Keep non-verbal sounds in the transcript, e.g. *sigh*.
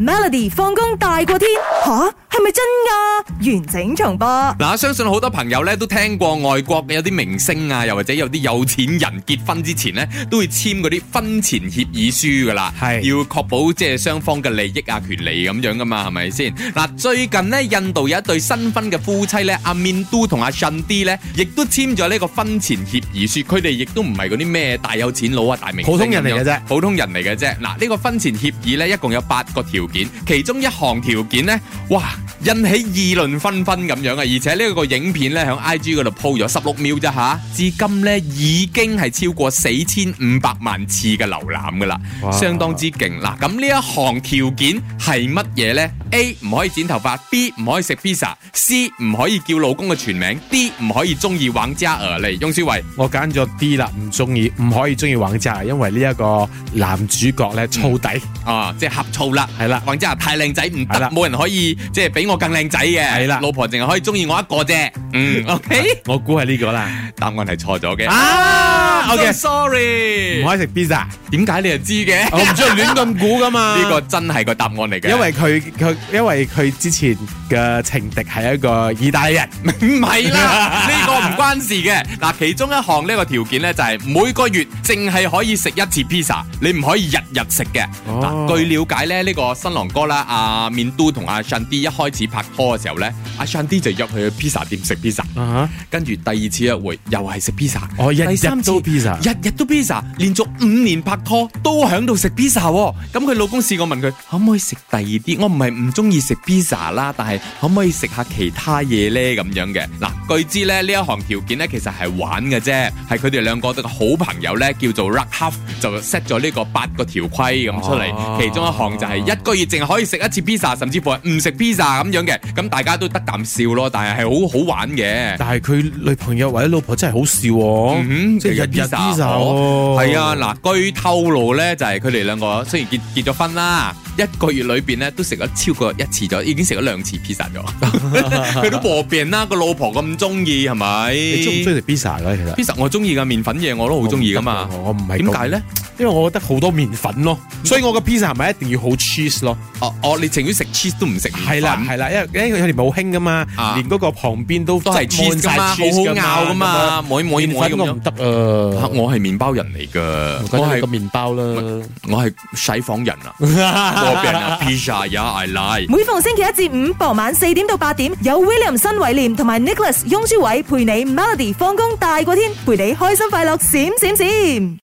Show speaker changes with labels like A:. A: Melody 放工大過天吓，係咪真㗎？完整重播。
B: 嗱，相信好多朋友咧都聽過外國嘅有啲明星啊，又或者有啲有錢人結婚之前咧，都會簽嗰啲婚前協議書噶啦，
C: 係
B: 要確保即係雙方嘅利益啊、權利咁樣噶嘛，係咪先？嗱，最近呢，印度有一對新婚嘅夫妻咧，阿 Min Du 同阿 Shan D 咧，亦都簽咗呢個婚前協議書，佢哋亦都唔係嗰啲咩大有錢佬啊、大明星
C: 普通人嚟嘅啫
B: 咁樣普通人嚟嘅啫。嗱，呢個婚前協議咧，一共有八個條件，其中一項條件咧，哇，引起議論紛紛咁樣啊！而且呢個影片咧，響 I G 嗰度 po 咗十六秒咋吓，至今咧已經係超過四千五百萬次嘅瀏覽噶啦，
C: 哇
B: 相當之勁嗱。咁呢一項條件係乜嘢咧？A 唔可以剪頭髮，B 唔可以食 pizza，C 唔可以叫老公嘅全名，D 唔可以中意玩家而嚟。翁思維。
C: 我揀咗 D 啦，唔中意，唔可以中意王澤，因為呢一個男主角咧燥底，
B: 啊，即係呷醋啦，
C: 係啦
B: 或者係太靚仔唔得
C: 係啦，
B: 冇人可以即係比我更靚仔嘅，
C: 係啦
B: 老婆淨係可以中意我一個啫，嗯，OK，
C: 我估係呢個啦。
B: 答案係錯咗嘅，
C: 啊
B: I'm
C: ，OK，
B: so sorry，
C: 唔可以食 pizza，
B: 點解你又知嘅？
C: 嗯 *laughs* 我唔中意亂咁估噶嘛。
B: *laughs* 呢個真係個答案嚟嘅，
C: 因為佢佢因為佢之前嘅情敵係一個意大利人，
B: 唔係
C: *laughs*
B: 啦，呢個唔關事嘅。嗱，其中一項呢個條件呢，就係每個月淨係可以食一次 pizza，你唔可以日日食嘅。
C: 哦
B: 嗱，據了解呢，呢個新郎哥啦，阿面都同阿 Shandy 一開始拍拖嘅時候呢，阿 Shandy 就約佢去 pizza 店食 pizza。跟
C: 啊
B: 住第二次約會又係食 pizza，
C: 哦日日
B: 第三次
C: 都 pizza
B: 日日都 pizza，連續五年拍拖都喺度食 pizza 喎。咁佢老公試過問佢可唔可以食第二啲？我唔係唔中意食 pizza 啦，但係可唔可以食下其他嘢呢？咁樣嘅嗱，據知咧呢一項條件呢，其實係玩嘅啫，係佢哋兩個嘅好朋友呢，叫做 Rakhav 就 set 咗呢個八個條規咁出嚟，
C: 哦
B: 其中一項就係一個月淨係可以食一次 pizza，甚至乎係唔食 pizza 咁樣嘅，咁大家都得啖笑咯，但係係好好玩嘅。
C: *laughs* 但係佢女朋友或者老婆真係好笑喎、
B: 嗯
C: 即係日日 pizza 哦喎
B: 係啊，嗱，據透露咧，就係佢哋兩個雖然結結咗婚啦，一個月裏邊咧都食咗超過一次咗，已經食咗兩次 pizza
C: *laughs*
B: 咗，佢都和平啦，個老婆咁中意係咪？
C: 你中唔中意食 pizza 嘅其實？
B: pizza？我中意噶，麵粉嘢我都好中意噶嘛。
C: 我唔係
B: 點解
C: 咧？
B: 咧？
C: 因為我覺得好多麵粉咯，所以我個 pizza 係咪一定要好 cheese 咯？
B: 哦哦，你情願食 cheese 都唔食麵粉
C: 係啦係啦，因為因為佢哋冇興噶嘛
B: 啊，
C: 連嗰個旁邊都
B: 都係 cheese 噶嘛，好好咬噶嘛，每每每
C: 麵
B: 咁
C: 粉我
B: 樣
C: 唔。得
B: 啊
C: 啊，
B: 我係麵包人嚟噶，
C: 我
B: 我
C: 係
B: 係
C: 個麵包啦。 *laughs*
B: 我係西方人啊，我病啊，pizza 呀，I like。
A: 每逢星期一至五傍晚四點到八點，有 William 新偉廉同埋 Nicholas 雍舒偉陪你 Melody 放工大過天，陪你開心快樂閃閃閃。